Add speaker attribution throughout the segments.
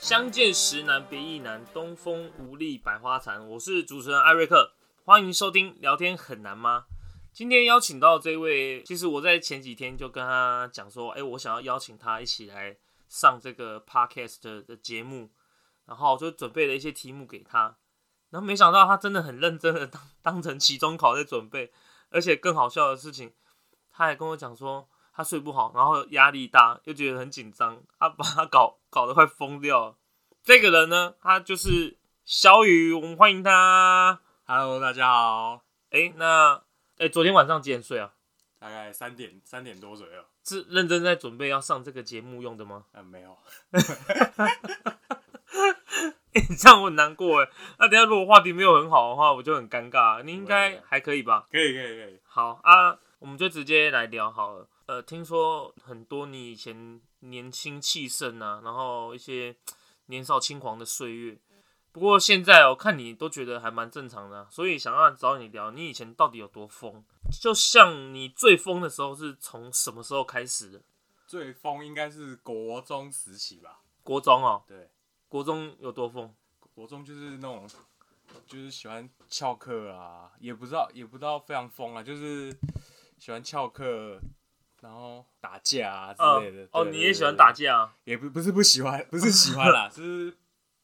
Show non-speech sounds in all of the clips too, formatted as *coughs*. Speaker 1: 相见时难别亦难，东风无力百花残。我是主持人艾瑞克，欢迎收听《聊天很难吗》。今天邀请到这位，其实我在前几天就跟他讲说，哎、我想要邀请他一起来上这个 podcast 的的节目，然后就准备了一些题目给他，然后没想到他真的很认真的当当成期中考在准备，而且更好笑的事情，他还跟我讲说他睡不好，然后压力大，又觉得很紧张，他把他搞搞得快疯掉了。这个人呢，他就是小雨，我们欢迎他。
Speaker 2: Hello，大家好，
Speaker 1: 哎，那哎，昨天晚上几点睡啊？
Speaker 2: 大概三点三点多左右，
Speaker 1: 是认真在准备要上这个节目用的吗？ *laughs*
Speaker 2: 嗯，没有，
Speaker 1: 哎，这样我很难过哎。那等一下如果话题没有很好的话，我就很尴尬。你应该还可以吧？
Speaker 2: 可以可以可以，
Speaker 1: 好啊，我们就直接来聊好了。呃，听说很多你以前年轻气盛啊，然后一些年少轻狂的岁月，不过现在我、看你都觉得还蛮正常的啊、所以想要找你聊，你以前到底有多疯？就像你最疯的时候是从什么时候开始的？
Speaker 2: 最疯应该是国中时期吧？
Speaker 1: 国中哦，
Speaker 2: 对，
Speaker 1: 国中有多疯？
Speaker 2: 国中就是那种就是喜欢翘课啊，也不知道也不知道非常疯啊，就是喜欢翘课，然后打架啊
Speaker 1: 啊
Speaker 2: 之类的。
Speaker 1: 哦，
Speaker 2: 对
Speaker 1: 你也喜欢打，
Speaker 2: 对对
Speaker 1: 架啊？
Speaker 2: 也不不 *laughs* 是不喜欢，不是喜欢
Speaker 1: *laughs*
Speaker 2: 啦，是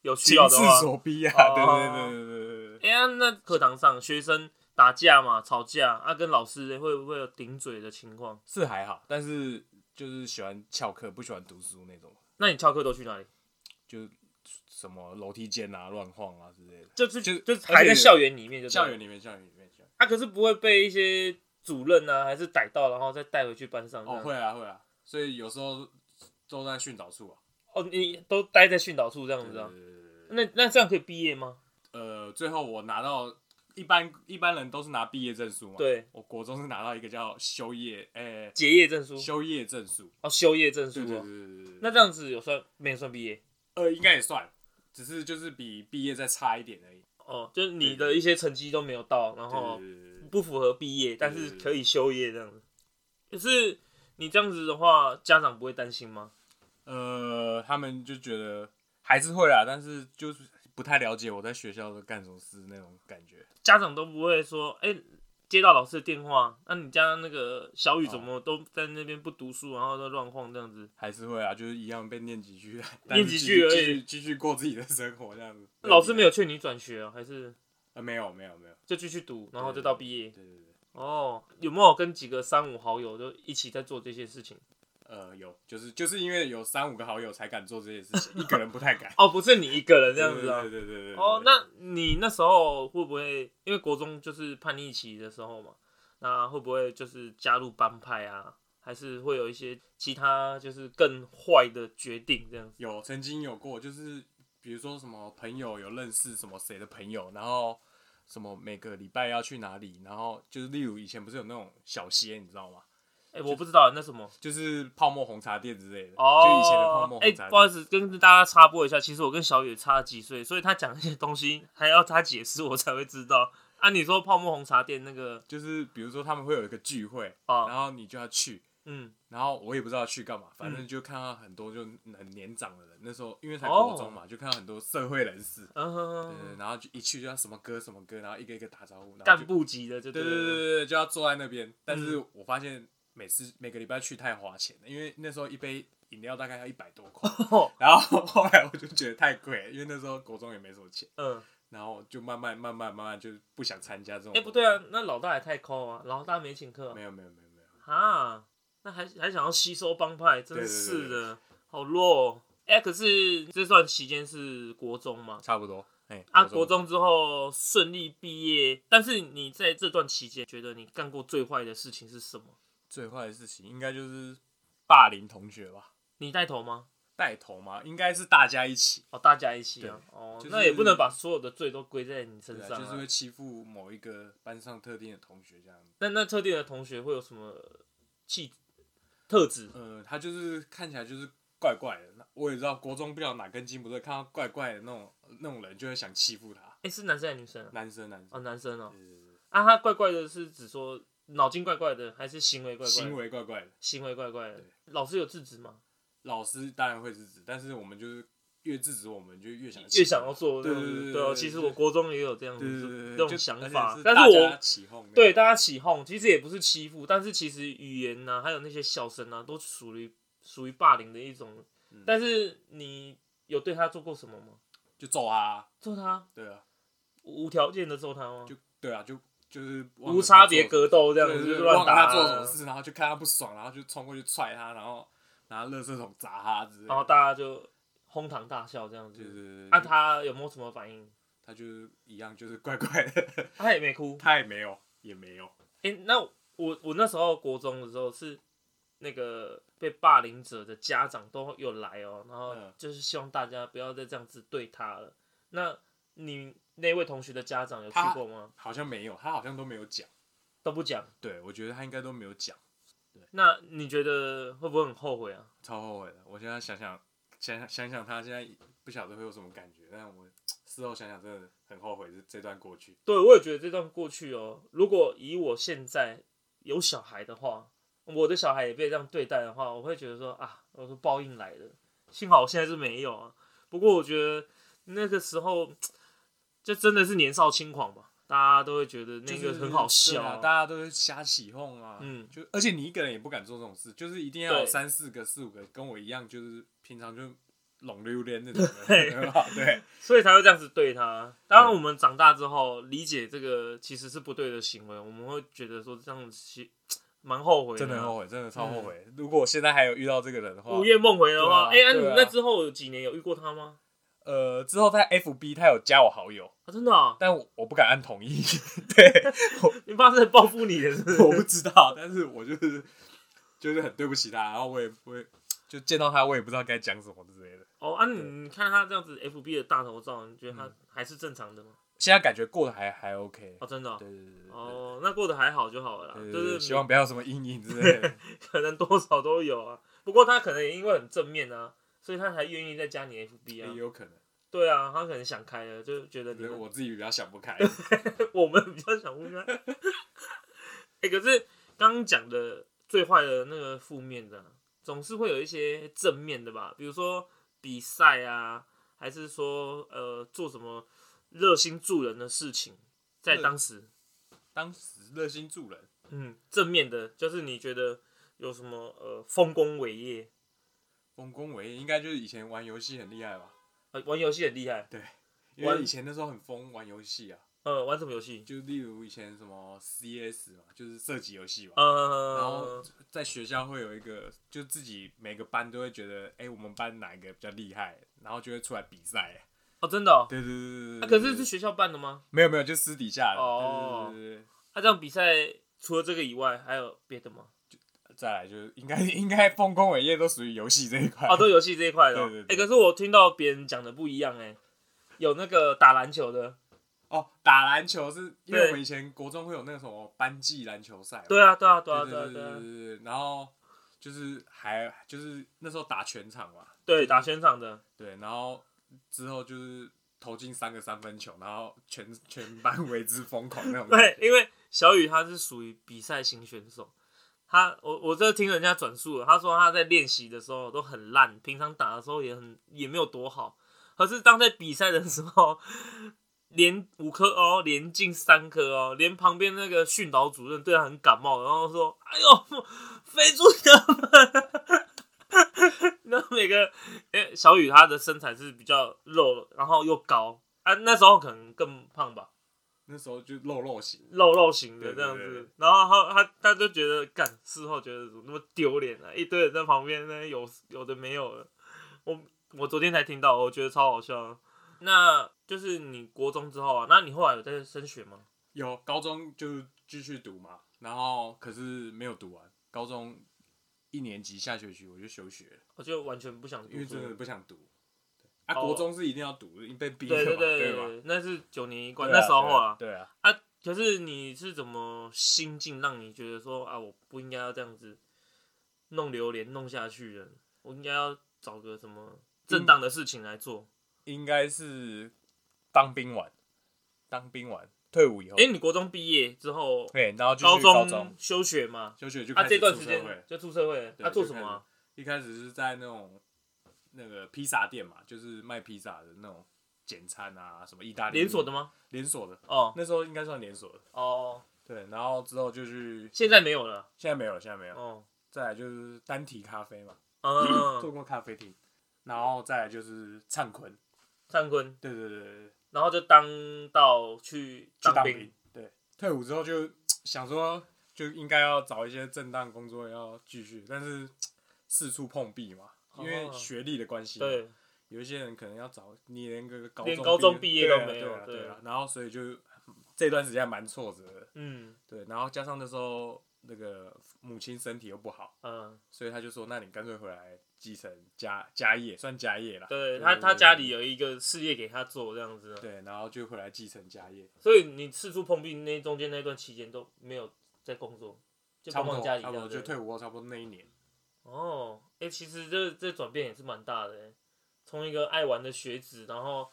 Speaker 1: 有需
Speaker 2: 情
Speaker 1: 要的
Speaker 2: 势
Speaker 1: 话，
Speaker 2: 所逼啊，
Speaker 1: 哦
Speaker 2: 对对对对对对对。
Speaker 1: 哎呀，那课堂上学生打架嘛，吵架，啊，跟老师会不会有顶嘴的情况？
Speaker 2: 是还好，但是就是喜欢翘课，不喜欢读书那种，
Speaker 1: 那你翘课都去哪里？
Speaker 2: 就是什么楼梯间啊乱晃啊之类的。
Speaker 1: 就是
Speaker 2: 就
Speaker 1: 就是
Speaker 2: 而
Speaker 1: 还
Speaker 2: 且
Speaker 1: 在校园里面就对了，
Speaker 2: 校园里面，校园里面，校园
Speaker 1: 啊，可是不会被一些主任啊还是逮到，然后再带回去班上这样。
Speaker 2: 哦，会啊，会啊，所以有时候都在训导处啊。
Speaker 1: 哦，你都待在训导处这样子啊？
Speaker 2: 呃
Speaker 1: 那那这样可以毕业吗？
Speaker 2: 呃，最后我拿到一般一般人都是拿毕业证书嘛，，
Speaker 1: 对，
Speaker 2: 我国中是拿到一个叫修业，诶、
Speaker 1: 结业证书
Speaker 2: 修业证书，
Speaker 1: 哦，修业证书
Speaker 2: 对对对
Speaker 1: 哦。
Speaker 2: 对对对。
Speaker 1: 那这样子有算没有算毕业？
Speaker 2: 呃，应该也算，只是就是比毕业再差一点而已。
Speaker 1: 哦，就是你的一些成绩都没有到，然
Speaker 2: 对
Speaker 1: 后
Speaker 2: 对对对对
Speaker 1: 不符合毕业，但是
Speaker 2: 对
Speaker 1: 可以修业这样子。可是你这样子的话，家长不会担心吗？
Speaker 2: 呃，他们就觉得还是会啦，啊但是就是不太了解我在学校的干什么事那种感觉。
Speaker 1: 家长都不会说，哎、接到老师的电话，那、你家那个小雨怎么都在那边不读书，然后都乱晃这样子？
Speaker 2: 还是会啊，就是一样被念几句， *laughs*
Speaker 1: 念几句而已
Speaker 2: 但是继续继续继续过自己的生活这样子。
Speaker 1: 老师没
Speaker 2: 有？
Speaker 1: 有劝你转学啊，还是
Speaker 2: 呃，没有没有没有，
Speaker 1: 就继续读，然后就到毕业
Speaker 2: 对？对对，
Speaker 1: 哦，有没有跟几个三五好友就一起在做这些事情？
Speaker 2: 呃，有，就是就是因为有三五个好友才敢做这些事情，一个人不太敢。
Speaker 1: 哦，不是你一个人 *laughs* 这样子啊
Speaker 2: 对？对对对对。对
Speaker 1: 哦，那你那时候会不会因为国中就是叛逆期的时候嘛？那会不会就是加入帮派啊？还是会有一些其他就是更坏的决定这样子？
Speaker 2: 有曾经有过，就是比如说什么朋友有认识什么谁的朋友，然后什么每个礼拜要去哪里，然后就是例如以前不是有那种小歇，你知道吗？
Speaker 1: 哎、我不知道那什么。
Speaker 2: 就是泡沫红茶店之类的，
Speaker 1: 哦，
Speaker 2: 就以前的泡沫
Speaker 1: 哎、
Speaker 2: 红茶
Speaker 1: 不好意
Speaker 2: 店。
Speaker 1: 思，跟大家插播一下，其实我跟小雨差了几岁，所以他讲一些东西还要他解释，我才会知道。啊，你说泡沫红茶店那个
Speaker 2: 就是比如说他们会有一个聚会，
Speaker 1: 啊，
Speaker 2: 然后你就要去，
Speaker 1: 嗯，
Speaker 2: 然后我也不知道去干嘛，反正就看到很多就很年长的人，那时候因为才
Speaker 1: 哦
Speaker 2: 国中嘛，就看到很多社会人士，
Speaker 1: 嗯哼
Speaker 2: 对
Speaker 1: 哼，
Speaker 2: 然后就一去就要什么歌什么歌，然后一个一个打招呼，然后就
Speaker 1: 干部级的就
Speaker 2: 对
Speaker 1: 对嗯
Speaker 2: 对
Speaker 1: 了
Speaker 2: 对对对，就要坐在那边。但是我发现每次每个礼拜去太花钱了，因为那时候一杯饮料大概要一百多
Speaker 1: *laughs*
Speaker 2: 块，
Speaker 1: 哦
Speaker 2: 然后后来我就觉得太贵了，因为那时候国中也没什么钱，
Speaker 1: 嗯，
Speaker 2: 然后就慢慢慢慢慢慢就不想参加这种。
Speaker 1: 哎、不对啊，那老大也太抠啊，老大没请客
Speaker 2: 没有没有没有没有。
Speaker 1: 啊，那还还想要吸收帮派，真是的，
Speaker 2: 对对
Speaker 1: 好弱、哦。哎、可是这段期间是国中嘛？
Speaker 2: 差不多。哎、
Speaker 1: 啊，国中之后顺利毕业，但是你在这段期间，觉得你干过最坏的事情是什么？
Speaker 2: 最坏的事情应该就是霸凌同学吧，
Speaker 1: 你带头吗？
Speaker 2: 带头嘛，应该是大家一起，
Speaker 1: 哦，大家一起啊。哦，
Speaker 2: 就是
Speaker 1: 那也不能把所有的罪都归在你身
Speaker 2: 对啊
Speaker 1: 上、啊。
Speaker 2: 就是会欺负某一个班上特定的同学这样子。
Speaker 1: 那那特定的同学会有什么气特质？
Speaker 2: 呃，他就是看起来就是怪怪的，那我也知道国中不知道哪根筋不对，看到怪怪的那种那种人就会想欺负他。
Speaker 1: 哎、是男生还是女生啊？
Speaker 2: 男生男生，
Speaker 1: 哦，男生哦。
Speaker 2: 呃
Speaker 1: 啊，他怪怪的是指说脑筋怪怪的，还是行为怪怪的？
Speaker 2: 行为怪怪的，
Speaker 1: 行为怪怪的
Speaker 2: 对。
Speaker 1: 老师有制止吗？
Speaker 2: 老师当然会制止，但是我们就是越制止我们，就越想
Speaker 1: 越想要做这
Speaker 2: 对
Speaker 1: 样
Speaker 2: 对
Speaker 1: 子。
Speaker 2: 对
Speaker 1: 对啊，
Speaker 2: 对
Speaker 1: 其实
Speaker 2: 对
Speaker 1: 我国中也有这样
Speaker 2: 对对
Speaker 1: 子
Speaker 2: 对
Speaker 1: 这
Speaker 2: 对对，
Speaker 1: 种
Speaker 2: 就
Speaker 1: 想
Speaker 2: 而且
Speaker 1: 法，
Speaker 2: 是
Speaker 1: 但
Speaker 2: 大
Speaker 1: 是
Speaker 2: 家
Speaker 1: 我
Speaker 2: 起哄那
Speaker 1: 对
Speaker 2: 种
Speaker 1: 大家起哄，其实也不是欺负，但是其实语言呐、还有那些笑声啊，都属于属于霸凌的一种。
Speaker 2: 嗯
Speaker 1: 但是你有对他做过什么吗？
Speaker 2: 就揍他啊，
Speaker 1: 揍他，
Speaker 2: 对啊，
Speaker 1: 无条件的揍他吗？
Speaker 2: 就对啊，就就是忘了
Speaker 1: 无
Speaker 2: 他
Speaker 1: 差
Speaker 2: 做
Speaker 1: 别
Speaker 2: 什么
Speaker 1: 格斗这样
Speaker 2: 对
Speaker 1: 子，
Speaker 2: 对
Speaker 1: 就是
Speaker 2: 对
Speaker 1: 乱
Speaker 2: 忘了
Speaker 1: 打啊
Speaker 2: 他做什么事，然后就看他不爽，然后就冲过去踹他，然后拿垃圾桶砸他之类
Speaker 1: 然后
Speaker 2: 的。
Speaker 1: 大家就哄堂大笑这样
Speaker 2: 对对
Speaker 1: 子。
Speaker 2: 对对，
Speaker 1: 那、
Speaker 2: 就
Speaker 1: 他有没有什么反应？
Speaker 2: 他就是一样，就是怪怪的， *laughs*
Speaker 1: 他也没哭。
Speaker 2: 他也没有，也没有。
Speaker 1: 诶，那我我那时候国中的时候是那个被霸凌者的家长都有来哦、然后
Speaker 2: 嗯
Speaker 1: 就是希望大家不要再这样子对他了。那你那位同学的家长有去
Speaker 2: 他
Speaker 1: 过吗？
Speaker 2: 好像没有，他好像都没有讲。
Speaker 1: 都不讲。
Speaker 2: 对，我觉得他应该都没有讲，
Speaker 1: 那你觉得会不会很后悔啊？
Speaker 2: 超后悔的。我现在想想，想想想想他现在不晓得会有什么感觉，但我事后想想真的很后悔这这段过去。
Speaker 1: 对，我也觉得这段过去哦，如果以我现在有小孩的话，我的小孩也被这样对待的话，我会觉得说啊，我说报应来了。幸好我现在是没有啊。不过我觉得那个时候，就真的是年少轻狂吧，大家都会觉得那
Speaker 2: 就
Speaker 1: 个
Speaker 2: 是
Speaker 1: 很好笑、哦
Speaker 2: 对啊，大家都是瞎起哄啊。
Speaker 1: 嗯
Speaker 2: 就而且你一个人也不敢做这种事，就是一定要
Speaker 1: 对
Speaker 2: 有三四个、四五个跟我一样，就是平常就拢溜溜那种人，
Speaker 1: 对
Speaker 2: 很好对，
Speaker 1: 所以才会这样子对他。当然，
Speaker 2: 对
Speaker 1: 我们长大之后理解这个其实是不对的行为，我们会觉得说这样其蛮后悔的啊，
Speaker 2: 真的很后悔，真的超后悔。如果我现在还有遇到这个人的话，
Speaker 1: 午夜梦回的话，哎、
Speaker 2: 对啊
Speaker 1: 那、
Speaker 2: 对
Speaker 1: 你
Speaker 2: 啊
Speaker 1: 那之后有几年有遇过他吗？
Speaker 2: 呃，之后在 FB 他有加我好友，
Speaker 1: 啊，真的、啊，
Speaker 2: 但我我不敢按同意， *laughs*
Speaker 1: 你爸是在报复你的是不是？
Speaker 2: 我不知道，但是我就是就是很对不起他，然后我也不会就见到他，我也不知道该讲什么之类的。
Speaker 1: 哦啊，你你看他这样子 FB 的大头照，你觉得
Speaker 2: 嗯
Speaker 1: 他还是正常的吗？
Speaker 2: 现在感觉过得还还 OK，
Speaker 1: 哦，真的哦、
Speaker 2: 对对对对对，
Speaker 1: 哦，那过得还好就好了啦，
Speaker 2: 对对
Speaker 1: 就
Speaker 2: 对
Speaker 1: 是
Speaker 2: 希望不要有什么阴影之类的。
Speaker 1: 可能多少都有啊。不过他可能也因为很正面啊，所以他才愿意再加你 FB
Speaker 2: 也
Speaker 1: 啊。
Speaker 2: 有可能，
Speaker 1: 对啊，他可能想开了，就觉得你
Speaker 2: 对
Speaker 1: 们
Speaker 2: 我自己比较想不开。
Speaker 1: *laughs* 我们比较想问他。哎、可是刚刚讲的最坏的那个负面的啊，总是会有一些正面的吧？比如说比赛啊，还是说呃做什么热心助人的事情，在
Speaker 2: 热
Speaker 1: 当时，
Speaker 2: 当时热心助人，
Speaker 1: 嗯，正面的就是你觉得有什么呃丰功伟业，
Speaker 2: 丰功伟业，应该就是以前玩游戏很厉害吧？
Speaker 1: 呃玩游戏很厉害，
Speaker 2: 因
Speaker 1: 玩
Speaker 2: 为以前那时候很疯玩游戏啊，
Speaker 1: 呃玩什么游戏？
Speaker 2: 就例如以前什么 CS 嘛，就是射击游戏嘛。
Speaker 1: 啊
Speaker 2: 然后
Speaker 1: 呃，
Speaker 2: 在学校会有一个，就自己每个班都会觉得，哎、我们班哪一个比较厉害，然后就会出来比赛。
Speaker 1: 哦真的哦，
Speaker 2: 对对对对对
Speaker 1: 啊
Speaker 2: 对
Speaker 1: 可是
Speaker 2: 对
Speaker 1: 是学校办的吗？
Speaker 2: 没有没有，就私底下的。
Speaker 1: 哦
Speaker 2: 对对对对对
Speaker 1: 那、这样比赛除了这个以外，还有别的吗？
Speaker 2: 再来就是应该应该丰功伟业都属于游戏这一块。
Speaker 1: 哦，都游戏这一块的哦。
Speaker 2: 对对
Speaker 1: 哎、
Speaker 2: 对
Speaker 1: 可是我听到别人讲的不一样哎、有那个打篮球的，
Speaker 2: 哦，打篮球是因
Speaker 1: 对
Speaker 2: 为我们以前国中会有那个什么班级篮球赛嘛，
Speaker 1: 对啊，对啊，对啊，
Speaker 2: 对
Speaker 1: 对啊，
Speaker 2: 对
Speaker 1: 对啊，
Speaker 2: 对对，然后就是还就是那时候打全场嘛，
Speaker 1: 对打全场的，
Speaker 2: 对，然后之后就是投进三个三分球，然后全全班为之疯狂那种感
Speaker 1: 对
Speaker 2: 觉，，
Speaker 1: 因为小雨他是属于比赛型选手，他我我这听人家转述了，他说他在练习的时候都很烂，平常打的时候也很也没有多好，可是当在比赛的时候。 *laughs* 连五颗哦，连进三颗哦，连旁边那个训导主任对他很感冒，然后说：“哎呦，飞出去 *laughs* 那每个，诶、小雨她的身材是比较肉，然后又高啊，那时候可能更胖吧，
Speaker 2: 那时候就肉肉型，
Speaker 1: 肉肉型的
Speaker 2: 对
Speaker 1: 这
Speaker 2: 对
Speaker 1: 样子。
Speaker 2: 对对
Speaker 1: 然后他他他就觉得，干事后觉得怎么那么丢脸啊，一堆人在旁边呢，有有的没有的。我我昨天才听到，我觉得超好笑啊。那就是你国中之后啊，那你后来有在升学吗？
Speaker 2: 有高中就继续读嘛，然后可是没有读完，高中一年级下学期我就休学了，
Speaker 1: 我就完全不想读
Speaker 2: 因为
Speaker 1: 书
Speaker 2: 真的不想读。啊，
Speaker 1: 哦
Speaker 2: 国中是一定要读，因为被逼的
Speaker 1: 对
Speaker 2: 嘛，
Speaker 1: 对对
Speaker 2: 吧？
Speaker 1: 对，那是九年一贯、
Speaker 2: 对
Speaker 1: 那
Speaker 2: 啊
Speaker 1: 时候啊，
Speaker 2: 对啊，
Speaker 1: 啊，可是你是怎么心境让你觉得说啊，我不应该要这样子弄榴莲弄下去的，我应该要找个什么正当的事情来做？
Speaker 2: 应该是当兵完，当兵完退伍以后，
Speaker 1: 哎、你国中毕业之后，
Speaker 2: 对，然后哦就
Speaker 1: 高
Speaker 2: 去高
Speaker 1: 中休学嘛，
Speaker 2: 休学就
Speaker 1: 啊，
Speaker 2: 开
Speaker 1: 这
Speaker 2: 始
Speaker 1: 段
Speaker 2: 出
Speaker 1: 时
Speaker 2: 社会
Speaker 1: 间。就出社会了，他、
Speaker 2: 对
Speaker 1: 啊做
Speaker 2: 就
Speaker 1: 什么、啊？
Speaker 2: 一开始是在那种那个披萨店嘛，就是卖披萨的那种简餐啊，什么意大利
Speaker 1: 连锁的吗？
Speaker 2: 连锁的，
Speaker 1: 哦
Speaker 2: 那时候应该算连锁的。
Speaker 1: 哦，
Speaker 2: 对，然后之后就去，
Speaker 1: 现在没有了。
Speaker 2: 现在没有了，现在没有了。
Speaker 1: 哦，
Speaker 2: 再来就是单体咖啡嘛，做 *coughs*
Speaker 1: 嗯，
Speaker 2: 过咖啡厅，然后再来就是灿坤，
Speaker 1: 战坤，
Speaker 2: 对对对对对，
Speaker 1: 然后就当到去
Speaker 2: 去当
Speaker 1: 兵
Speaker 2: 兵。。对，退伍之后就想说，就应该要找一些正当工作要继续，但是四处碰壁嘛，因为
Speaker 1: 哦
Speaker 2: 学历的关系，，
Speaker 1: 对，
Speaker 2: 有一些人可能要找你连个高
Speaker 1: 连
Speaker 2: 中
Speaker 1: 高中
Speaker 2: 业
Speaker 1: 毕业都
Speaker 2: 对啊
Speaker 1: 没有
Speaker 2: 对啊对
Speaker 1: 对
Speaker 2: 啊，然后所以就这段时间还蛮挫折的，
Speaker 1: 嗯
Speaker 2: 对，然后加上那时候那个母亲身体又不好，
Speaker 1: 嗯，
Speaker 2: 所以他就说，那你干脆回来继承家家业，算家业啦，
Speaker 1: 对他他家里有一个事业给他做这样子啊，
Speaker 2: 对，然后就回来继承家业，
Speaker 1: 所以你四处碰壁那中间那段期间都没有在工作，就
Speaker 2: 差
Speaker 1: 帮
Speaker 2: 不
Speaker 1: 忙
Speaker 2: 多
Speaker 1: 家里
Speaker 2: 差不多
Speaker 1: 这
Speaker 2: 就
Speaker 1: 样子
Speaker 2: 退伍后差不多那一年。
Speaker 1: 哦，哎、其实这这转变也是蛮大的欸，从一个爱玩的学子，然后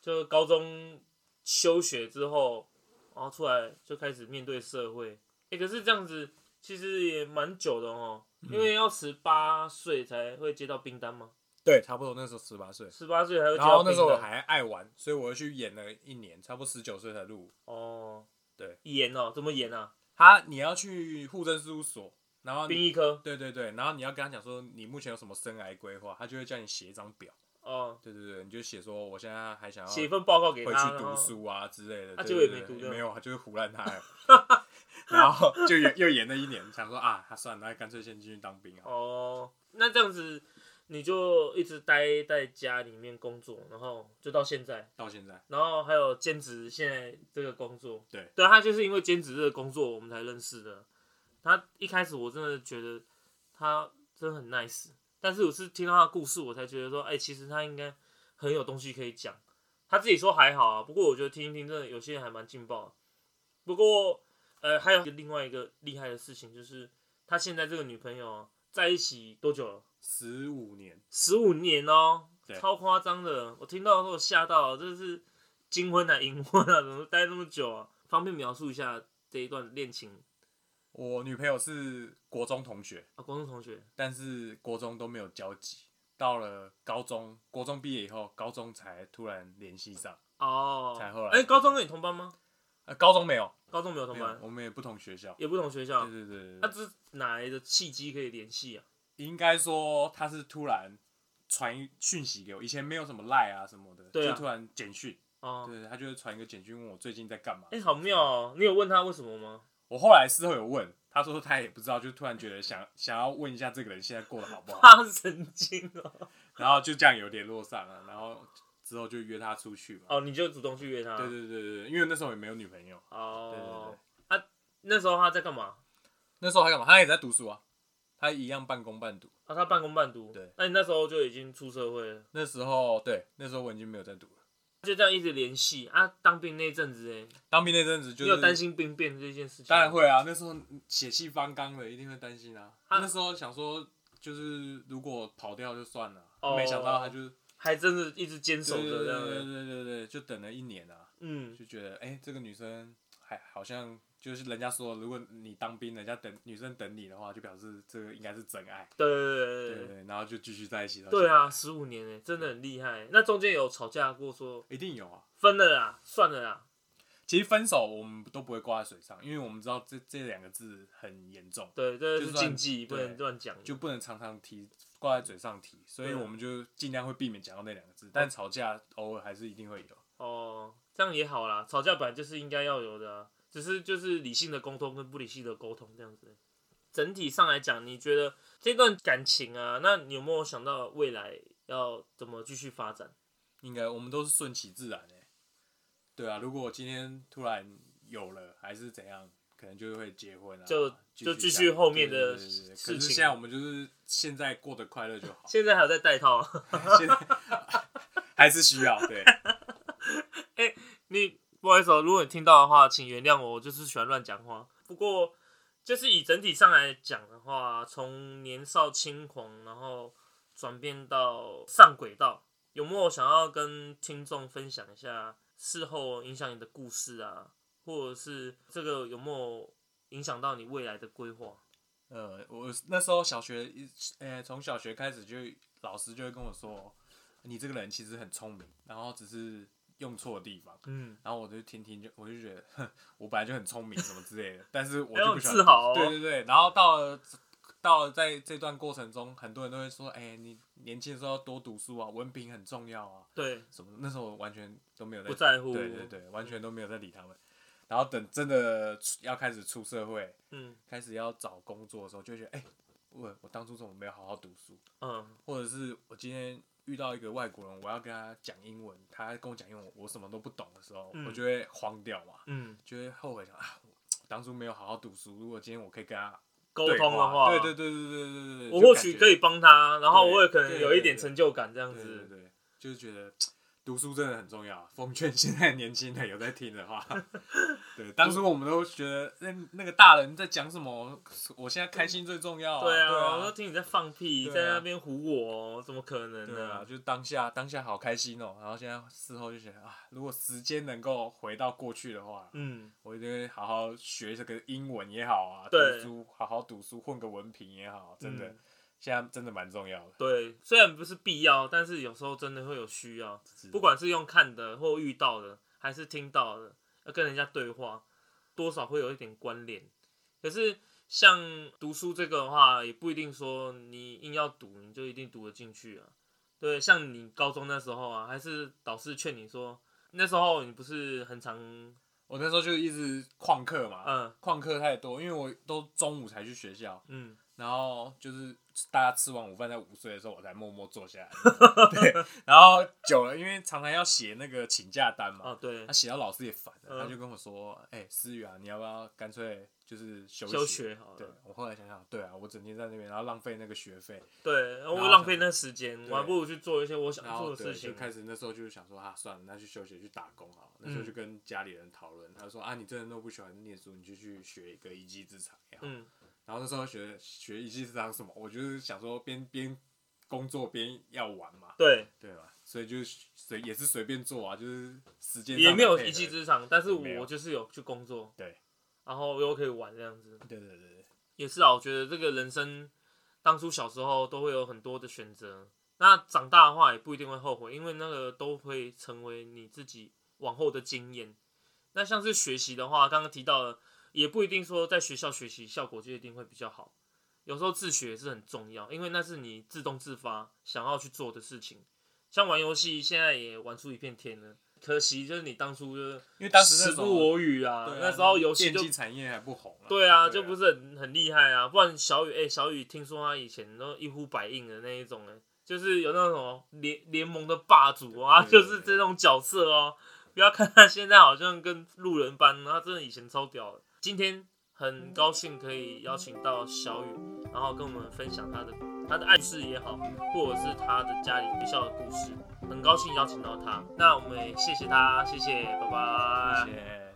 Speaker 1: 就高中休学之后，然后出来就开始面对社会。哎、可是这样子其实也蛮久的哦，
Speaker 2: 嗯
Speaker 1: 因为要十八岁才会接到兵单嘛，
Speaker 2: 对，差不多那时候十八岁。
Speaker 1: 十八岁才会接
Speaker 2: 然
Speaker 1: 到
Speaker 2: 后
Speaker 1: 兵
Speaker 2: 那时候我
Speaker 1: 单。
Speaker 2: 还爱玩，所以我又去演了一年，差不多十九岁才入伍。
Speaker 1: 哦，
Speaker 2: 对，
Speaker 1: 严哦，怎么严啊？
Speaker 2: 他你要去户政事务所，然后
Speaker 1: 兵
Speaker 2: 你
Speaker 1: 役科
Speaker 2: 对对对，然后你要跟他讲说你目前有什么生涯规划，他就会叫你写一张表。
Speaker 1: 哦，
Speaker 2: 对对对，你就写说我现在还想要
Speaker 1: 写一
Speaker 2: 哦回
Speaker 1: 份报告给他，
Speaker 2: 去
Speaker 1: 然
Speaker 2: 读
Speaker 1: 后
Speaker 2: 书啊之类的。
Speaker 1: 啊
Speaker 2: 对
Speaker 1: 结果也
Speaker 2: 对
Speaker 1: 没
Speaker 2: 对
Speaker 1: 读到
Speaker 2: 没有，他就是胡
Speaker 1: *laughs*
Speaker 2: 乱他。然后就演又演了一年，想说啊，他算了，那干脆先进去当兵好了。
Speaker 1: 哦，那这样子你就一直待在家里面工作，然后就到现在，
Speaker 2: 到现在，
Speaker 1: 然后还有兼职现在这个工作。
Speaker 2: 对，
Speaker 1: 对他就是因为兼职这个工作我们才认识的。他一开始我真的觉得他真的很 nice，但是我是听到他的故事，我才觉得说，哎、其实他应该很有东西可以讲。他自己说还好啊，不过我觉得听一听，真的有些人还蛮劲爆的。不过，呃，还有一个另外一个厉害的事情，就是他现在这个女朋友啊在一起多久了？
Speaker 2: 十五年，
Speaker 1: 十五年哦、
Speaker 2: 对
Speaker 1: 超夸张的。我听到的时候我吓到了，这是金婚啊、银婚啊，怎么待那么久啊？方便描述一下这一段恋情
Speaker 2: 我女朋友是国中同学，
Speaker 1: 啊？国中同学
Speaker 2: 但是国中都没有交集，到了高中，国中毕业以后，高中才突然联系上。
Speaker 1: 哦，
Speaker 2: 才后来
Speaker 1: 哎、高中跟你同班吗？
Speaker 2: 呃，高中没有，
Speaker 1: 高中没有同
Speaker 2: 没有
Speaker 1: 班，，
Speaker 2: 我们也不同学校。
Speaker 1: 也不同学校
Speaker 2: 对，对对
Speaker 1: 那、
Speaker 2: 对，
Speaker 1: 这是哪来的契机可以联系啊？
Speaker 2: 应该说他是突然传讯息给我，以前没有什么赖啊什么的，
Speaker 1: 对啊
Speaker 2: 就突然简讯，
Speaker 1: 哦，
Speaker 2: 对，他就会传一个简讯问我最近在干嘛。
Speaker 1: 哎、好妙！哦、你有问他为什么吗？ *laughs*
Speaker 2: 我后来事后有问，他说他也不知道，就突然觉得想想要问一下这个人现在过得好不
Speaker 1: *laughs*
Speaker 2: 好，
Speaker 1: 他神经哦、
Speaker 2: 然后就这样有联络上了，然后之后就约他出去嘛。
Speaker 1: 哦，你就主动去约他。
Speaker 2: 对对对对，对因为那时候也没有女朋友。
Speaker 1: 哦，
Speaker 2: 对对对
Speaker 1: 啊，那时候他在干嘛？
Speaker 2: 那时候他干嘛？他也在读书啊，他一样半工半读。
Speaker 1: 啊，他半工半读。
Speaker 2: 对
Speaker 1: 那你那时候就已经出社会了。
Speaker 2: 那时候对，那时候我已经没有在读了。
Speaker 1: 就这样一直联系啊。当兵那阵子，哎、
Speaker 2: 当兵那阵子就
Speaker 1: 你有担
Speaker 2: 是，
Speaker 1: 心兵变这件事情？
Speaker 2: 当然。会啊。那时候血气方刚的，一定会担心啊。
Speaker 1: 啊
Speaker 2: 那时候想说，就是如果跑掉就算了，
Speaker 1: 哦
Speaker 2: 没想到他就
Speaker 1: 还真的一直坚守
Speaker 2: 对
Speaker 1: 着
Speaker 2: 对
Speaker 1: 这样
Speaker 2: 对
Speaker 1: 子。
Speaker 2: 对对对，就等了一年啊，
Speaker 1: 嗯，
Speaker 2: 就觉得哎、这个女生还好像就是人家说，如果你当兵，人家等女生等你的话，就表示这个应该是真爱。
Speaker 1: 对对对
Speaker 2: 对对
Speaker 1: 对。
Speaker 2: 对，然后就继续在一起。
Speaker 1: 对，啊，十五年哎，真的很厉害。那中间有吵架过说
Speaker 2: 一定有啊。
Speaker 1: 分了啦，算了啦。
Speaker 2: 其实分手我们都不会挂在水上，因为我们知道这这两个字很严重，
Speaker 1: 对，这
Speaker 2: 就是算
Speaker 1: 禁忌，不
Speaker 2: 对
Speaker 1: 能乱讲。
Speaker 2: 就不能常常提挂在嘴上提，所以
Speaker 1: 对啊
Speaker 2: 我们就尽量会避免讲到那两个字。但吵架偶尔还是一定会有。
Speaker 1: 哦，这样也好啦。吵架本来就是应该要有的啊、只是就是理性的沟通跟不理性的沟通这样子。整体上来讲，你觉得这段感情啊，那你有没有想到未来要怎么继续发展？
Speaker 2: 应该我们都是顺其自然诶、欸对啊，如果我今天突然有了还是怎样，可能就会结婚啊，
Speaker 1: 就就继
Speaker 2: 继
Speaker 1: 续后面的
Speaker 2: 事
Speaker 1: 事
Speaker 2: 可是
Speaker 1: 情，
Speaker 2: 现在我们就是现在过得快乐就好 *laughs*
Speaker 1: 现在还有在戴套啊，
Speaker 2: 现在 *laughs* 还是需要对。
Speaker 1: 你不好意思、哦，如果你听到的话，请原谅我，我就是喜欢乱讲话。不过，就是以整体上来讲的话，从年少轻狂，然后转变到上轨道，有没有想要跟听众分享一下事后影响你的故事啊，或者是这个有没有影响到你未来的规划？
Speaker 2: 呃，我那时候小学一，呃，从小学开始就老师就会跟我说，你这个人其实很聪明，然后只是用错地方。
Speaker 1: 嗯，
Speaker 2: 然后我就听听就，我就觉得，哼，我本来就很聪明什么之类的，但是我
Speaker 1: 哎呦
Speaker 2: 就不喜欢
Speaker 1: 自
Speaker 2: 读
Speaker 1: 豪哦
Speaker 2: 对对对，然后到了到了在这段过程中，很多人都会说，哎、你年轻的时候要多读书啊，文凭很重要啊，
Speaker 1: 对，
Speaker 2: 什么的？那时候我完全都没有在
Speaker 1: 不在乎，
Speaker 2: 对对，对，完全都没有在理他们。然后等真的出要开始出社会，
Speaker 1: 嗯
Speaker 2: 开始要找工作的时候，就会觉得，哎、我我当初怎么没有好好读书？
Speaker 1: 嗯，
Speaker 2: 或者是我今天遇到一个外国人，我要跟他讲英文，他跟我讲英文，我什么都不懂的时候，
Speaker 1: 嗯
Speaker 2: 我就会慌掉嘛，
Speaker 1: 嗯，
Speaker 2: 就会后悔想啊，我当初没有好好读书，如果今天我可以跟他
Speaker 1: 沟
Speaker 2: 对
Speaker 1: 通的话，
Speaker 2: 对对对对对对对对，
Speaker 1: 我
Speaker 2: 就
Speaker 1: 或
Speaker 2: 感
Speaker 1: 许
Speaker 2: 觉
Speaker 1: 可以，嗯帮他，然后
Speaker 2: 对
Speaker 1: 我也可能
Speaker 2: 对
Speaker 1: 有一点
Speaker 2: 对对
Speaker 1: 成就感，这样
Speaker 2: 对对
Speaker 1: 子。
Speaker 2: 对，就是觉得读书真的很重要。奉劝现在年轻人有在听
Speaker 1: *laughs*
Speaker 2: 的话，对，当初我们都觉得那那个大人在讲什么，我现在开心最重要、啊，
Speaker 1: 对
Speaker 2: 对
Speaker 1: 啊，我都
Speaker 2: 啊。
Speaker 1: 听你在放屁，
Speaker 2: 对啊
Speaker 1: 在那边唬我，怎么可能
Speaker 2: 对啊，
Speaker 1: 呢？
Speaker 2: 就是当下当下好开心哦、然后现在事后就觉得啊，如果时间能够回到过去的话，
Speaker 1: 嗯，
Speaker 2: 我一定会好好学这个英文也好啊，读
Speaker 1: 对
Speaker 2: 书好好读书，混个文凭也好，真的，
Speaker 1: 嗯
Speaker 2: 现在真的蛮重要的。
Speaker 1: 对，虽然不是必要，但是有时候真的会有需要，不管是用看的或遇到的，还是听到的，要跟人家对话，多少会有一点关联。可是像读书这个的话，也不一定说你硬要读，你就一定读得进去啊。对，像你高中那时候啊，还是导师劝你说，那时候你不是很常，
Speaker 2: 我那时候就一直旷课嘛，
Speaker 1: 嗯
Speaker 2: 旷课太多，因为我都中午才去学校，
Speaker 1: 嗯，
Speaker 2: 然后就是大家吃完午饭在午睡的时候，我才默默坐下来。 *laughs* 对，然后久了，因为常常要写那个请假单嘛，
Speaker 1: 哦对
Speaker 2: 他，写到老师也烦了，
Speaker 1: 嗯
Speaker 2: 他就跟我说：“哎、思雨啊，你要不要干脆就是休
Speaker 1: 休学好
Speaker 2: 对
Speaker 1: 了，
Speaker 2: 我后来想想，对啊，我整天在那边，然后浪费那个学费，
Speaker 1: 对，
Speaker 2: 后
Speaker 1: 我浪费那时间，
Speaker 2: 对
Speaker 1: 我还不如去做一些我想
Speaker 2: 然
Speaker 1: 做
Speaker 2: 后
Speaker 1: 的事
Speaker 2: 对，
Speaker 1: 情
Speaker 2: 就。开始那时候就是想说啊，算了，那去休息去打工好了。那时候
Speaker 1: 嗯
Speaker 2: 就跟家里人讨论，他说啊，你真的都不喜欢念书，你就去学一个一技之长也好。
Speaker 1: 嗯，
Speaker 2: 然后那时候学学一技之长是什么，我就是想说边边工作边要玩嘛，
Speaker 1: 对，
Speaker 2: 对吧？所以就是随也是随便做啊，就是时间上
Speaker 1: 也没有
Speaker 2: 的配合
Speaker 1: 一技之长，但是
Speaker 2: 没有
Speaker 1: 我就是有去工作，
Speaker 2: 对，
Speaker 1: 然后又可以玩这样子，
Speaker 2: 对对对对，
Speaker 1: 也是啊。我觉得这个人生，当初小时候都会有很多的选择，那长大的话也不一定会后悔，因为那个都会成为你自己往后的经验。那像是学习的话，刚刚提到了，也不一定说在学校学习效果就一定会比较好，有时候自学是很重要，因为那是你自动自发想要去做的事情。像玩游戏，现在也玩出一片天了。可惜就是你当初就是
Speaker 2: 因为当时
Speaker 1: 时
Speaker 2: 那
Speaker 1: 不
Speaker 2: 种
Speaker 1: 我语啊，
Speaker 2: 对啊
Speaker 1: 那时候游戏
Speaker 2: 电
Speaker 1: 就
Speaker 2: 机产业还不红、啊，
Speaker 1: 对啊，
Speaker 2: 对
Speaker 1: 就
Speaker 2: 啊
Speaker 1: 不是很很厉害啊。不然小雨，哎、小雨听说他以前都一呼百应的那一种、哎，就是有那种联联盟的霸主啊，
Speaker 2: 对对
Speaker 1: 就是这种角色哦、不要看他现在好像跟路人般，他真的以前超屌的。今天很高兴可以邀请到小雨，然后跟我们分享他的他的暗示也好，或者是他的家里学校的故事，很高兴邀请到他。那我们也谢谢他，谢谢，拜拜，
Speaker 2: 谢谢。